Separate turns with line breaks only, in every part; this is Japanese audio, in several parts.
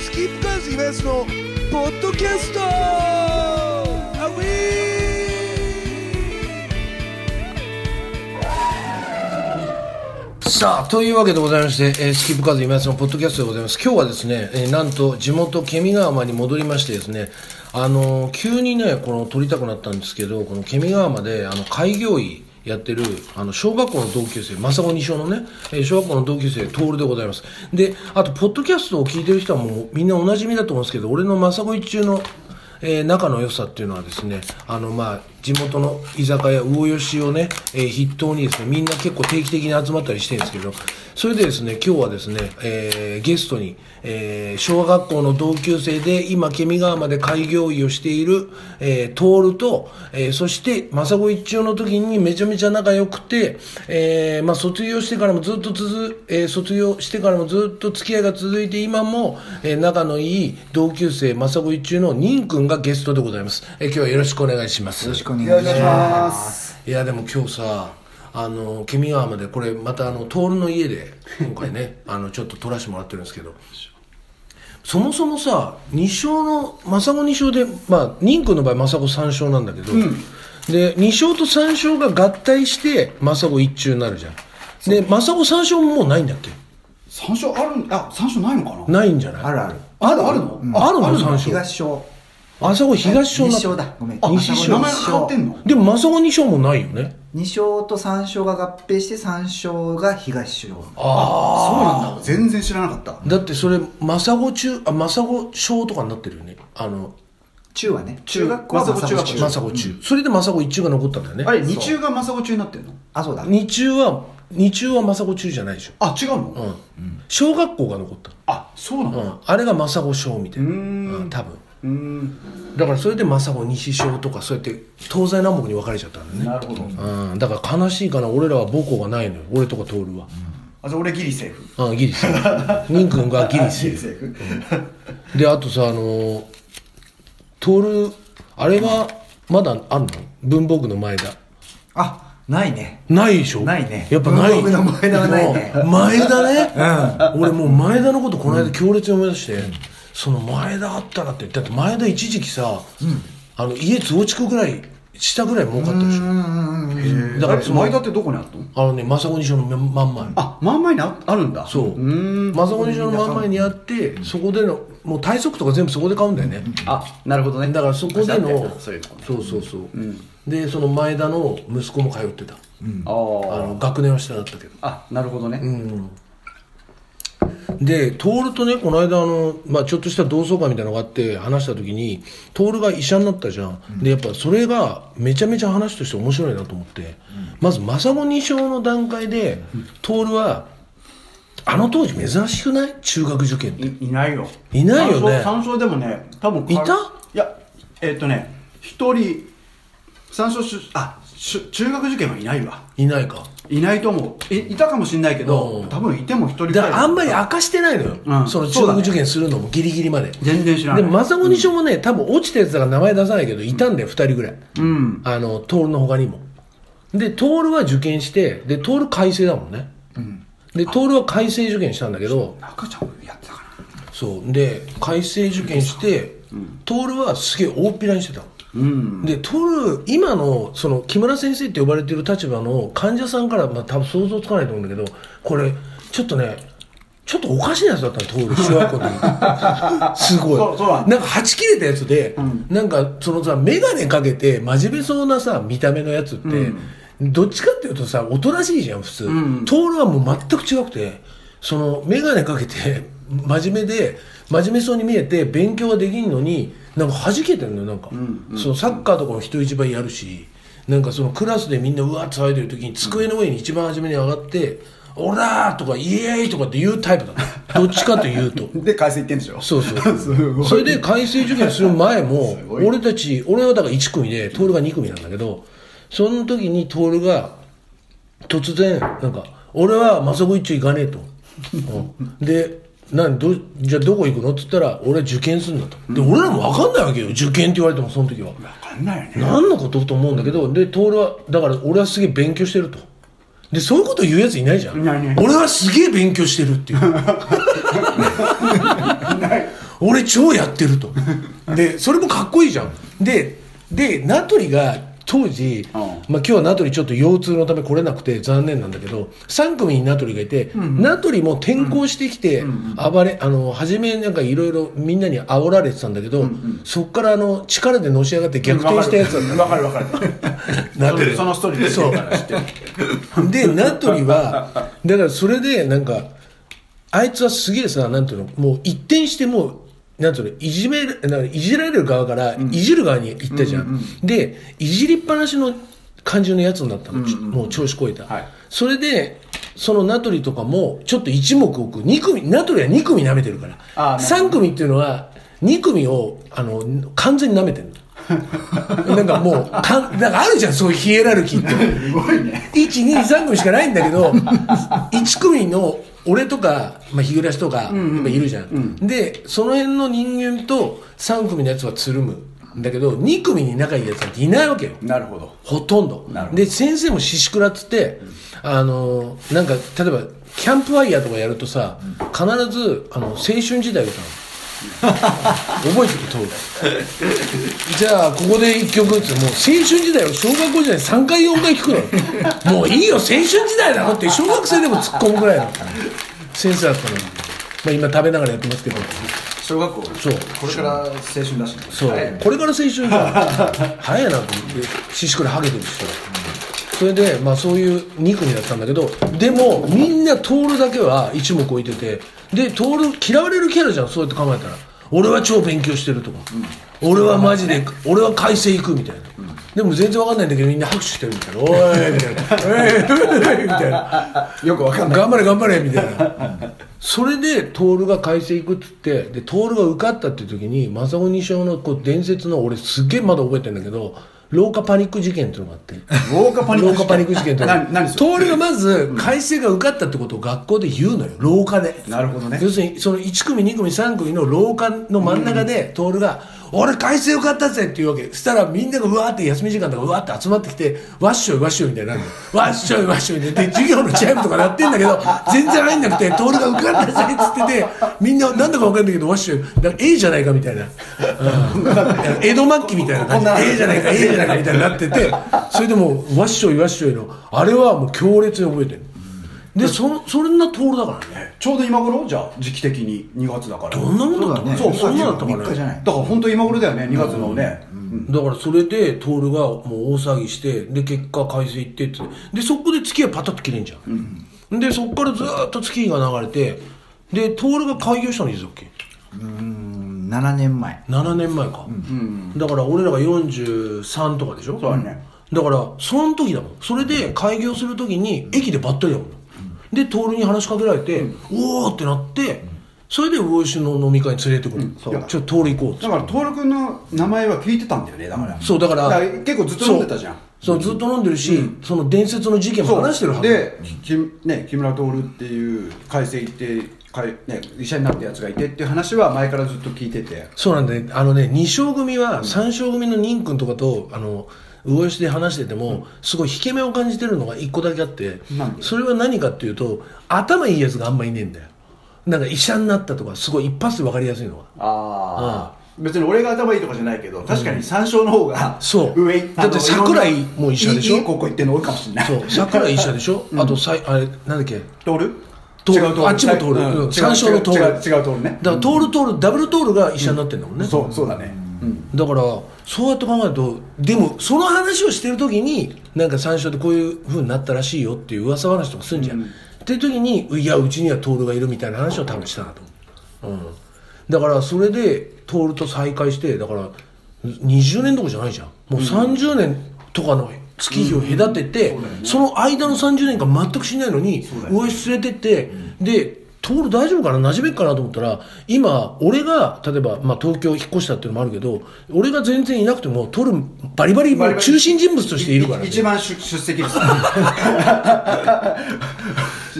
スキップカーズイベントのポッドキャストアウィーさあというわけでございまして、えースキップカーズ今安のポッドキャストでございます今日はですね、えーなんと地元ケミ川まで戻りましてですねあのー急にねこの撮りたくなったんですけどこのケミ川まであの開業医やってるあの小学校の同級生正雄二小のね、えー小学校の同級生徹でございますであとポッドキャストを聞いてる人はもうみんなおなじみだと思うんですけど俺の正雄一中のえー仲の良さっていうのはですねあのまあ地元の居酒屋魚吉をね、えー筆頭にですねみんな結構定期的に集まったりしてるんですけどそれでですね今日はですね、えーゲストに、えー小学校の同級生で今ケミ川まで開業医をしている、えー、徹と、えーそして政子一中の時にめちゃめちゃ仲良くて、えーまあ、卒業してからもずっと続、えー卒業してからもずっと付き合いが続いて今も、えー仲のいい同級生政子一中の仁君がゲストでございます、えー今日はよろしくお願いします
よろしくお願いします。
いやでも今日さあの君川までこれまたあの徹の家で今回ねあのちょっと撮らせてもらってるんですけどそもそもさ二勝の政子二勝でまあ仁君の場合政子三勝なんだけど、で二勝と三勝が合体して政子一中になるじゃんで政子三勝ももうないんだっけ
山椒あるん、あ、山椒ないのかな
ないんじゃない
あるある。
ある、あるの
うん
あるの山椒
東小。
政子東
二
勝にな
小だ。ごめん。
あ西
名
小
前変わってんの
でも政子二勝もないよね
二小と三小が合併して三小が東小。
そうなんだ。全然知らなかった。
だってそれ政子中あ政子小とかになってるよねあの
中はね。
中
中学校は
まさこ中学校
正子
政子中、それで政子一中が残ったんだよね
あれ、二中がマサゴ中になってんの
あ、そうだ。
二中は二中は政子中じゃないでしょ、
あ、違う
うん
の
小学校が残った、
あ、そうな
う
の
ん、あれが政子小みたいな
うーん
うん多分
うーん。
だからそれで政子西小とかそうやって東西南北に分かれちゃったんだね
なるほど。
うん、だから悲しいかな俺らは母校がないのよ俺とか徹は、
あ、じゃあ俺ギリセーフ。
あギリス仁君が ギリス
セーフ。
であとさあのートールあれはまだあんの文房具の前だ
あ、ないね。
ないでしょ
ないね
やっぱない
文房具の前田はないね
うん前田ね、俺もう前田のことこの間強烈に思い出して、その前田あったなってだって前田一時期さ、あの家増築ぐらいしたぐらい儲かったでしょだか
だからら、
その
前田ってどこにあったの
あのね政子二所の真ん前
あ、真ん前にああるんだ。
そう政子二所の真ん前にあってそこでのもう体側とか全部そこで買うんだよね、
あ、なるほどね。
だからそこでの
そういうとこね
そうそうそう、でその前田の息子も通ってた、あ
あ
の学年は下だったけど
あ。あ、なるほどね。
で徹とねこの間あの、まあ、ちょっとした同窓会みたいなのがあって話した時に徹が医者になったじゃん、でやっぱそれがめちゃめちゃ話として面白いなと思って、まず政子二章の段階で徹はあの当時珍しくない中学受験って
いいないよ。
いないよね
山椒山椒でもね、多分
いた
いや、えっとね、一人、山椒しゅ、あ、しゅ中学受験はいないわ。
いないか
いないと思う。いいたかもしれないけ
うん
ど、多分いても一人く
だ
ら
か
い
らあんまり明かしてないのよ、
うん
その中学受験するのもギリギリまで、
全然知らな
で
い。
正子二章もね、多分落ちたやつだから名前出さないけどいたんだよ、2人ぐらい
うん。
あの徹の他にもで徹は受験してで徹改正だもんね、で徹は改正受験したんだけど
赤ちゃんもやってたか
そうで改正受験して徹はすげえ大っぴらにしてたの
な。うん。
で徹今のその木村先生って呼ばれてる立場の患者さんから、まあ、多分想像つかないと思うんだけどこれちょっとねちょっとおかしなやつだったの徹小学校の時 すごい
そうそうなん
な
だ
んかはち切れたやつで、なんかそのさ眼鏡かけて真面目そうなさ見た目のやつって、どっちかっていうとさおとなしいじゃん普通、
ん
徹はもう全く違くてその眼鏡かけて真面目で真面目そうに見えて勉強ができんのになんか弾けてるのよなんか、そのサッカーとかも人一倍やるしなんかそのクラスでみんなうわーって騒いでる時に机の上に一番初めに上がって「オラー!」とか「イエーイ!」とかって言うタイプだったどっちかという と
で、改正行ってんでしょ
そうそう。
すごい
それで改正受験 する前も、
ごい
俺たち、俺はだから1組で、徹が2組なんだけど、その時に徹が、突然、なんか、俺は正子一中行かねえと。うんで、何どじゃあどこ行くのって言ったら、俺は受験するんだと。で、俺らも分かんないわけよ、受験って言われても、その時は。
わかんないよね。
何のことと思うんだけど、で、徹は、だから俺はすげえ勉強してると。で、そういうこと言うやついないじゃん。
いないいない
俺はすげえ勉強してるっていう。俺超やってるとでそれもかっこいいじゃんでで名取が当時、
うん
まあ、今日は名取ちょっと腰痛のため来れなくて残念なんだけど3組に名取がいて、名取も転校してきて、暴れあの初めなんかいろいろみんなに煽られてたんだけど、そっからあの力でのし上がって逆転したやつだった
わかるわかる。
名
そ
取
のそのストーリー
そう
知ってる
で名取はだからそれでなんかあいつはすげえさなんていうのもう一転してもうなんていうのいじめるなんかいじられる側からいじる側に行ったじゃん,、でいじりっぱなしの感じのやつになったの、ちもう調子こいた、
はい
それでその名取とかもちょっと一目置く二組名取は2組舐めてるか
あ
ら
ーなる
3組っていうのは2組をあの完全に舐めてるの なんかもうかんなんかあるじゃんそういうヒエラルキーって
すごいね
123組しかないんだけど1組の俺とか、まあ、日暮とかやっぱいるじゃん、でその辺の人間と3組のやつはつるむんだけど2組に仲いいやつなんていないわけよ
なるほど
ほとんど
なるほど
で先生もししくらっつって、あのーなんか例えばキャンプファイヤーとかやるとさ必ずあの青春時代歌うの覚えてる通りじゃあここで1曲っつってもう青春時代を小学校時代3回4回聞くのもういいよ青春時代だろって小学生でも突っ込むぐらいの先生だったの、まあ、今食べながらやってますけど
小学校。
そう
これから青春だしね。
そう、これから青春じゃん早いなと思ってししくらハゲてるしさそれでまあそういう2組だったんだけどでもみんな徹だけは一目置いててで徹嫌われるキャラじゃんそうやって考えたら俺は超勉強してるとか、俺はマジで、俺は改正行くみたいな、でも全然わかんないんだけどみんな拍手してるみたいな「おい」みたいな「おい」みたいな
よくわかんない。
頑張れ頑張れみたいなそれで徹が改正行くっつってで徹が受かったっていう時に正雄二章のこう伝説の俺すっげえまだ覚えてるんだけど廊下パニック事件っていうのがあって
廊下パニック
廊下パニック事件っていうの
な何それ
徹がまず改正が受かったってことを学校で言うのよ廊下で
なるほどね
要するにその1組2組3組の廊下の真ん中で徹が「俺改正受かったぜ」って言うわけそしたらみんながうわーって休み時間とかうわーって集まってきて「わっしょいわっしょい」みたいになるの わっしょいわっしょい」でで授業のチャイムとか鳴ってんだけど全然入んなくて徹が受かったぜっつっててみんななんだか分かんないけどわっしょいだから A じゃないかみたいな、うん、江戸末期みたいな感じで A じゃないか A じゃないかみたいになっててそれでもうわっしょいわっしょいのあれはもう強烈に覚えてるでそそんな徹だからね
ちょうど今頃じゃあ時期的に2月だから
どんなもんだったの
そうだね
そんなだったか
3日じゃ
ね
ない
だから本当今頃だよね2月のね、
だからそれで徹がもう大騒ぎしてで結果改正行ってってでそこで月がパタッと切れんじゃん、でそこからずーっと月日が流れてで徹が開業したのいつだっけ
うん7年前
7年前か、だから俺らが43とかでしょ
そうだね
だからその時だもんそれで開業する時に駅でばったりだもん、で徹に話しかけられて、おおってなって、それで魚市の飲み会に連れてくる、そうちょっと徹行こうっつって
だから徹君の名前は聞いてたんだよねだから、
そうだから
結構ずっと飲んでたじゃん
そうそうずっと飲んでるし、その伝説の事件も話してるはず
で、きね、木村徹っていう改正行ってかい、ね、医者になったやつがいてっていう話は前からずっと聞いてて
そうなんで、ね、あのね2章組は3章組の任君とかとあの魚吉で話してても、すごい引け目を感じてるのが1個だけあって
なんで
それは何かっていうと頭いいやつがあんまいねえんだよなんか医者になったとかすごい一発で分かりやすいのが
ああ別に俺が頭いいとかじゃないけど確かに三椒の方が
そう
上行
だって桜井も医者でしょ
いいいい高校行ってんの多いかもしれない
そう桜井医者でしょ、あとさいあれなんだっけ
通る
徹
違う徹
あっちも徹うん三椒の徹
違う違う違う徹ね
だからトールトールダブルトールが医者になってんだもんね、
そうそうだねうん
だからそうやって考えるとでもその話をしてる時になんか山椒でこういう風になったらしいよっていう噂話とかすんじゃん、っていう時にいやうちには徹がいるみたいな話を多分したなと思う、うん、だからそれで徹と再会してだから20年とかじゃないじゃんもう30年とかの月日を隔てて、その間の30年間全くしないのに上へ連れてって、で徹大丈夫かな馴染めっかなと思ったら今俺が例えば、まあ、東京引っ越したっていうのもあるけど俺が全然いなくても徹バリバリもう中心人物としているから、ね、
一番出出席率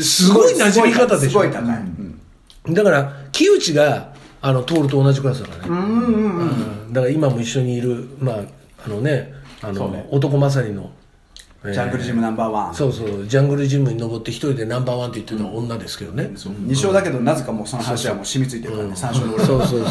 すごい馴染み方でしょ
すごい高いうん
だから木内があの徹と同じクラスだからねうんだから今も一緒にいるまああのねあの
そうね
男勝りの
ジャングルジムナンバーワン
そうそうジャングルジムに登って一人でナンバーワンって言ってた女ですけどね、そう
2勝だけどなぜかもうその話はもう染みついてるからね3勝で俺
そうそう
絵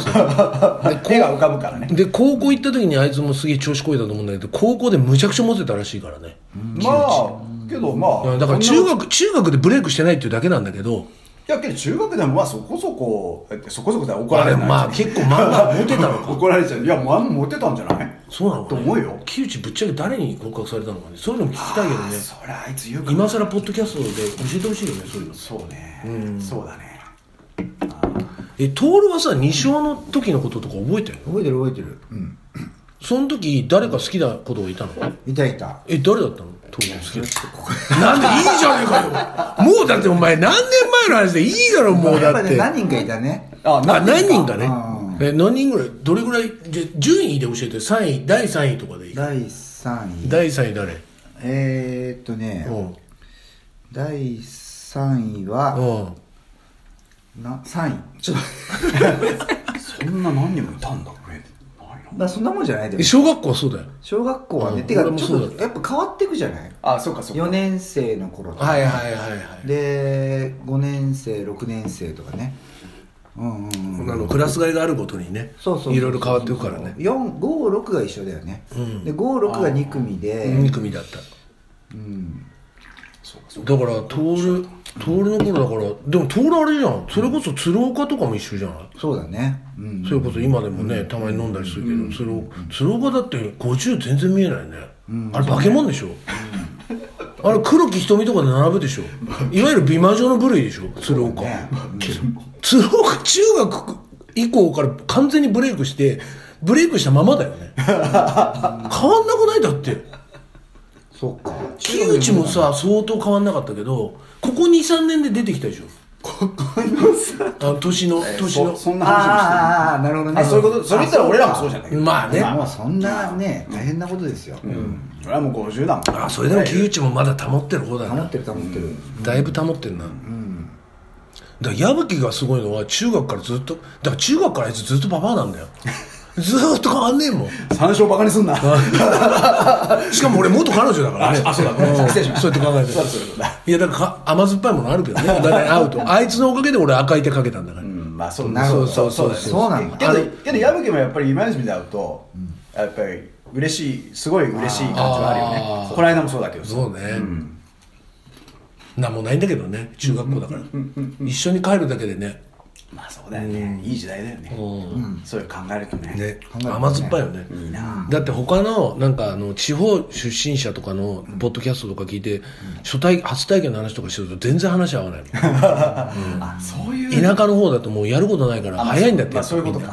が浮かぶからね
で高校行った時にあいつもすげえ調子こいたと思うんだけど高校でむちゃくちゃモテたらしいからね、
まあけどまあ
だから
そ
中
んな
学中学でブレイクしてないっていうだけなんだけど
いやけど中学でもまあそこそこえそこそこでは怒ら
あ
れ
れ
ない
まあ結構まあまあモテたのか
怒られちゃういやもうあんまモテたんじゃない
そうなの
と
か、ね、
思うよ
木内ぶっちゃけ誰に告白されたのかねそういうのも聞きたいけど
あ
ね
ーそりゃあいつ言うか
今更ポッドキャストで教えてほしいよねそういうの
そうね、そうだね
え徹はさ二勝の時のこととか覚えてるの
覚えてる覚えてる、
その時誰か好きな子とかいたの
いたいた
え誰だったの徹の好きな子なんでいいじゃねえかよもうだってお前何年前の話でいいだろもうだ
やっぱ
っ
ね
て
何人かいたね
あ
あ何人かね
う
え何人ぐらいどれぐらいじゃ順位で教えて3位第3位とかでいい
第3位
第3位誰
えー、っとね
うん
第3位は
うん
な3位ちょっと
そんな何人もいたんだ俺ないな
まあそんなもんじゃないで
え
も
小学校はそうだよ
小学校はね、
うん
てか
俺も
ち
そう
ょ
だっ
ったとやっぱ変わっていくじゃない
あそうかそうか
4年生の頃とか
はいはいはいはい
で5年生6年生とかねうんうんうん
あのクラス替えがあるごとにね
そうそうそうそう
いろいろ変わっていくからね
456が一緒だよね、
うん
で56が2組で
2組だった
うん
だから徹徹の頃だからでも徹あれじゃんそれこそ鶴岡とかも一緒じゃない
そうだねうん
それこそ今でもねたまに飲んだりするけど、鶴岡鶴岡だって50全然見えないね、あれ化け物でしょ、あれ黒木瞳とかで並ぶでしょいわゆる美魔女の部類でしょ鶴岡、
ね
鶴岡中学以降から完全にブレイクしてブレイクしたままだよね変わんなくないだって
そっか
木内もさ相当変わんなかったけどここ23年で出てきたでしょここ23年の年の
そそんな話もして
あ
ない
あああなるほどね
あそういうことそれ言ったら俺らもそうじゃない
まあね
もうそんなね大変なことですよ、うん、
俺はもう50だもん
あそれでも木内もまだ保ってる方だ
保っ
な
てる保ってる、
だいぶ保ってるな、だから矢吹がすごいのは中学からずっとだから中学からあいつずっとババアなんだよ ずーっと変わんねえもん
三勝バカにすんな
しかも俺元彼女だからね
ああそうだごめんなさい失礼しました
そうやって考
そうだそう
えていやだからか甘酸っぱいものあるけどねお互い会うとあいつのおかげで俺赤い手かけたんだから、
うんまあそう
なるほど
そうそう
そう
そうだ
なんだ
けどけど矢吹もやっぱり今泉で会うとやっぱり嬉しいすごい嬉しい感じはあるよ
あ
ね
ー
この間もそうだけどさ
そうね、なんもないんだけどね中学校だから、一緒に帰るだけでね
まあそうだよねいい時代だよねそういう考えるとね
ね甘酸っぱいよねだって他のなんかあの地方出身者とかのポッドキャストとか聞いて、初体初体験の話とかしてると全然話合わないの
あそういう
田舎の方だともうやることないから早いんだって
まあそういうことか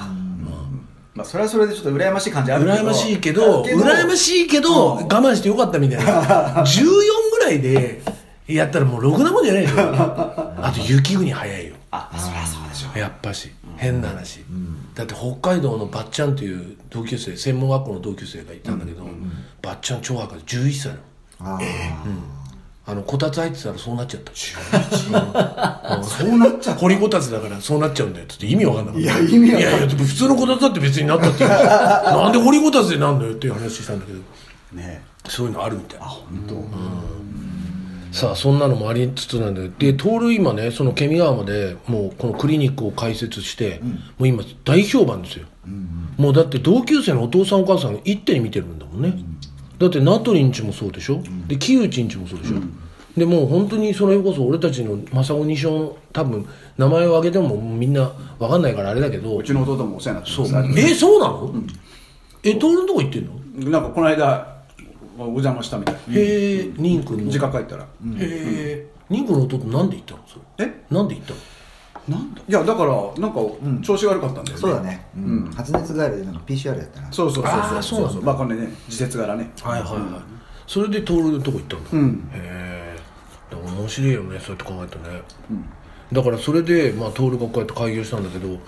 まあそれはそれでちょっと羨ましい感じあるけど
羨ましいけど羨ましいけど我慢してよかったみたい な14ぐらいでやったらもうろくなもんじゃない でしょあと雪国早いよ
あそりゃそうでしょ
やっぱし変な話、だって北海道のばっちゃんという同級生専門学校の同級生がいたんだけど、ばっちゃん超若い11歳なの
ああ
あのこたつ入ってたらそうなっちゃった
そうなっちゃ
掘りこたつだからそうなっちゃうんだよつって意味わかんなかったいや
意味わかんない
いやいやでも普通のこたつだって別になったって言 うなんで掘りこたつでなんだよっていう話したんだけど
うね
そういうのあるみたいな
本当
さあそんなのもありつつなんだけどで徹今ねそのケミ川までもうこのクリニックを開設して、もう今大評判ですよ、もうだって同級生のお父さんお母さん一手に見てるんだもんね、だって名取んちもそうでしょ、で木内んちもそうでしょ、でもう本当にそれこそ俺たちの正雄二章多分名前を挙げてもみんな分かんないからあれだけど
うちの弟もお世話になって
そう
ます
えそうなの、え徹のとこ行ってんの、
なんかこの間お邪魔したみたい
へえ仁君の
時間帰ったら
へえ仁君の弟なんで行ったのそれ
え
なんで行ったの
なんだいやだからなんか調子が悪かったんだよね
そうだね、うん発熱外来でなんか PCR やったな
そうそう
あー
そう
そうなんだ
まあこれね時節柄ね
はいはいはい、それで徹のとこ行ったんだ、
うん
へえ面白いよねそうやって考えたね、だからそれで、まあ、徹がこうやって開業したんだけど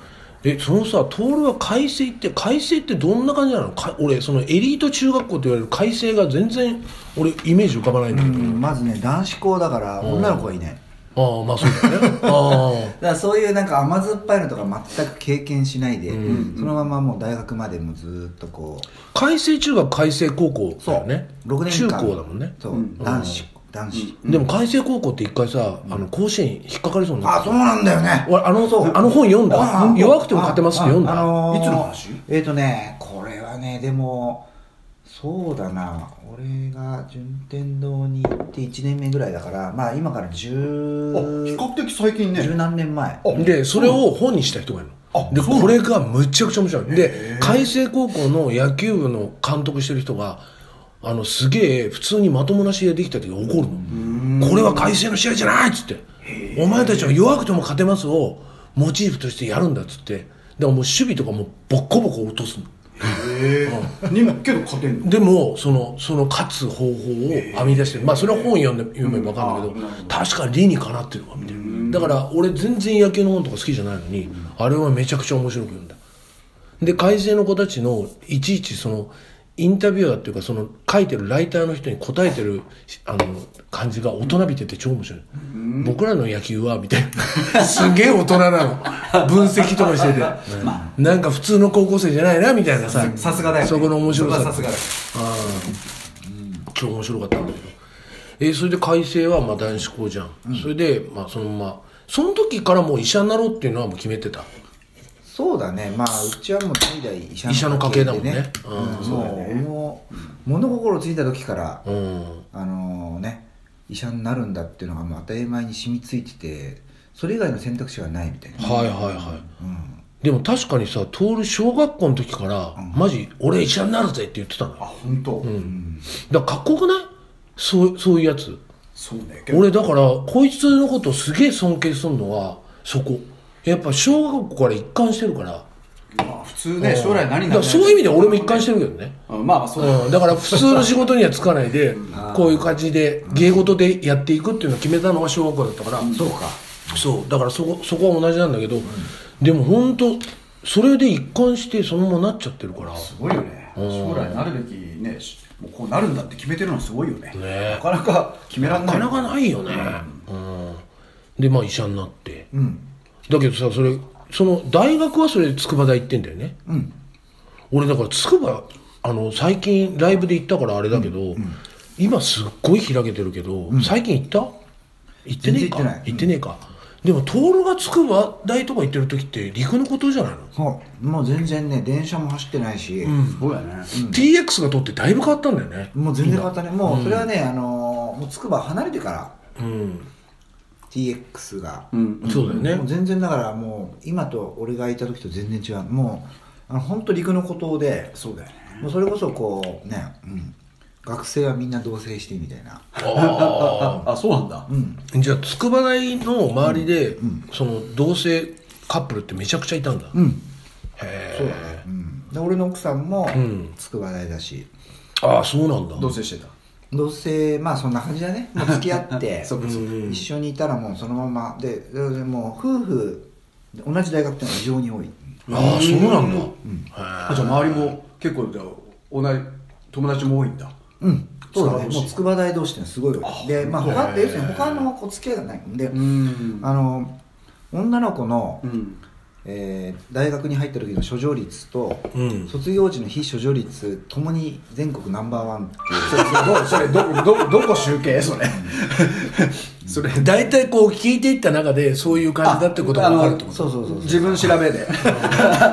えそのさ徹は改正って改正ってどんな感じなのか俺そのエリート中学校と言われる改正が全然俺イメージ浮かばないんだけど、
うんまずね男子校だから女の子がいない、
ああまあそうだねあ
だからそういうなんか甘酸っぱいのとか全く経験しないで、そのままもう大学までもずーっとこう
あ海星中学海星高校だよね
6年間
中高だもんね
そう、男子男子、
でも海星高校って一回さあの甲子園引っかかりそうになった
あそうなんだよね
俺あの
そう
あの本読んだ
あ
弱くても勝てますって読ん
ああ
だ
あのー
いつの話
えっ、とねこれはねでもそうだな俺が順天堂に行って1年目ぐらいだからまあ今から
あ
10
比較的最近
十
ね
何年前
でそれを本にした人がいるのでこれがむちゃくちゃ面白いので海星高校の野球部の監督してる人があのすげえ普通にまともな試合できた時怒るのこれは海星の試合じゃないっつってお前たちは弱くても勝てますをモチーフとしてやるんだっつってでももう守備とかもうボッコボコ落とすの
へえにもけど勝てんの
でもそのその勝つ方法を編み出してる、まあそれは本読んで読めば分かるんだけど、確かに理にかなってるわみたいなだから俺全然野球の本とか好きじゃないのに、あれはめちゃくちゃ面白く読んだで改正の子たちのいちいちそのインタビュアーっていうかその書いてるライターの人に答えてるあの感じが大人びてて超面白い、僕らの野球はみたいなすげえ大人なの分析とかしてて、なんか普通の高校生じゃないなみたいなさ
さすがだよね
そこの面白さ
そこはさすがだよ
超面白かったんだけど、えーそれで改正はまあ男子校じゃん、それでまあそのままその時からもう医者になろうっていうのはもう決めてた
そうだねまあうちはもう代々医者
医者の家系だもんね
で
うん
うんもうもう物心ついた時から、
うん
あのね医者になるんだっていうのがもう当たり前に染みついててそれ以外の選択肢はないみたいな、
はいはいはい、でも確かにさ徹小学校の時から、マジ俺医者になるぜって言ってたのよ
あ本当
だからかっこよくないそうそういうやつ
そうね
俺だからこいつのことすげえ尊敬するのはそこやっぱ小学校から一貫してるから
まあ普通ね将来何に
だか
な
らそういう意味では俺も一貫してるけどね
うんまあまあそうだ
うん、だから普通の仕事にはつかないでこういう感じで芸事でやっていくっていうのを決めたのが小学校だったから、そうかそうだからそこそこは同じなんだけど、でも本当それで一貫してそのままなっちゃってるから
すごいよね将来なるべきねしもうこうなるんだって決めてるのすごいよね
ね
なかなか決めらん
な
ない
かなかないよね、うんでまあ医者になって、だけどさそれその大学はそれ筑波大行ってんだよね、俺だから筑波あの最近ライブで行ったからあれだけど、今すっごい開けてるけど、最近行った行ってねえか
全然行ってない
ねえか、でも徹が筑波大とか行ってる時って陸のことじゃないの、
そうもう全然ね電車も走ってないし、
すごいよね
TX が取ってだいぶ変わったんだよね
もう全然変わったねもうそれはね、あのーもうつくば離れてから
うん、
TX が、
うん
そうだよね、
もう全然だからもう今と俺がいた時と全然違うもうあの本当陸の孤島で
そうだよね
もうそれこそこうね、うん、学生はみんな同棲してみたいな
ああそうなんだ
じゃあ筑波大の周りで、その同性カップルってめちゃくちゃいたんだ、
うん
へ
そうだね、うん、で俺の奥さんも
ん
筑波大だし、
えああそうなんだ
同棲してた
同棲まあそんな感じだねもう付き合っ て
そうかそうか
一緒にいたらもうそのままででもう夫婦同じ大学っていうのは非常に多い
ああそうなんだ、
あじゃあ周りも結構じゃあ同じ友達も多いんだ
うんそうだ
そ
ね
うだ
もう筑波大同士っていうのはすごい多いでまあ他って要するに他のこう付き合いがないんで、
ん
あの女の子の、
うん
えー大学に入った時の所上率と、
うん
卒業時の非所上率ともに全国ナンバーワンっていう
それどそれどどどこ集計それそれ
大体こう聞いていった中でそういう感じだってことが分かるってこ
そうそうそうそう
自分調べで
自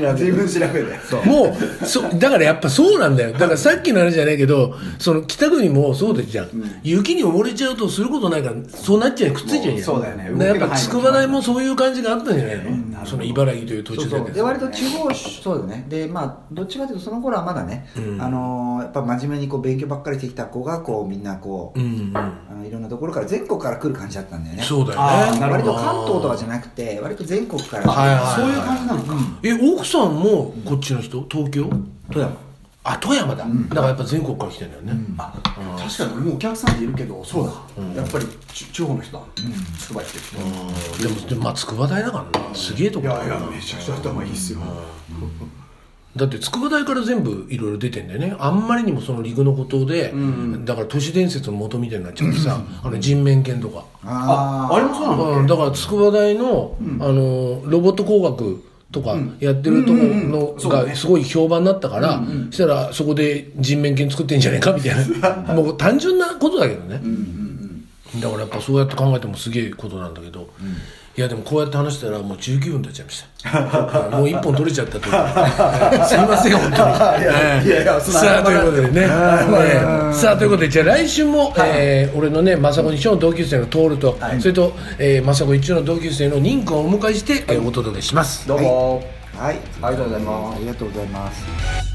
分調 べ
自分調べで
ともうそだからやっぱそうなんだよだからさっきの話じゃないけどその北国もそうだじゃん、雪に埋もれちゃうとすることないからそうなっちゃうくっついちゃうじゃん
もうそうだよね
やっぱ筑波大もそういう感じがあったんじゃないの、その茨城という途
そう
中
そ
だ
う
け
で
ど
割と地方そうだねでまあどっちかというとその頃はまだね、あのーやっぱ真面目にこう勉強ばっかりしてきた子がこうみんなこう、
うんうん
あのいろんなところから全国から来る感じだったんだよね
そうだ
あ
よ
ー
ね
なる
割
ほど
と関東とかじゃなくて割と全国から
はいはい
そういう感じなのか、
え奥さんもこっちの人東京
富山
あ富山だ、だからやっぱ全国から来てんだよね、
あ確かに俺もお客さんでいるけどそうだ、やっぱりち地方の人だつくば行ってる人
でもでもまあ筑波大だからなすげえとこ
い
だ
やいやめちゃくちゃ頭いいっすよ
だって筑波大から全部いろいろ出てんだよねあんまりにもその陸のことで、だから都市伝説の元みたいになっちゃってさ、あの人面犬とか、
ああれもそうなの
うん、だから筑波大の,、あのロボット工学とかやってるところ
うんうん
の
うんそうだね
がすごい評判になったから、そしたらそこで人面犬作ってんじゃねえかみたいなもう単純なことだけどね、だからやっぱそうやって考えてもすげえことなんだけど、いやでもこうやって話したらもう19分経っちゃいました もう1本取れちゃったというすいません本当に
いやいやそんな
さあということでねねさあということでじゃあ来週も、えー俺のね雅子一応の同級生の徹と、それと、えー、雅子一応の同級生の任君をお迎えして、えーお届けします
どうも、
はい、
ありがとうございます
ありがとうございます。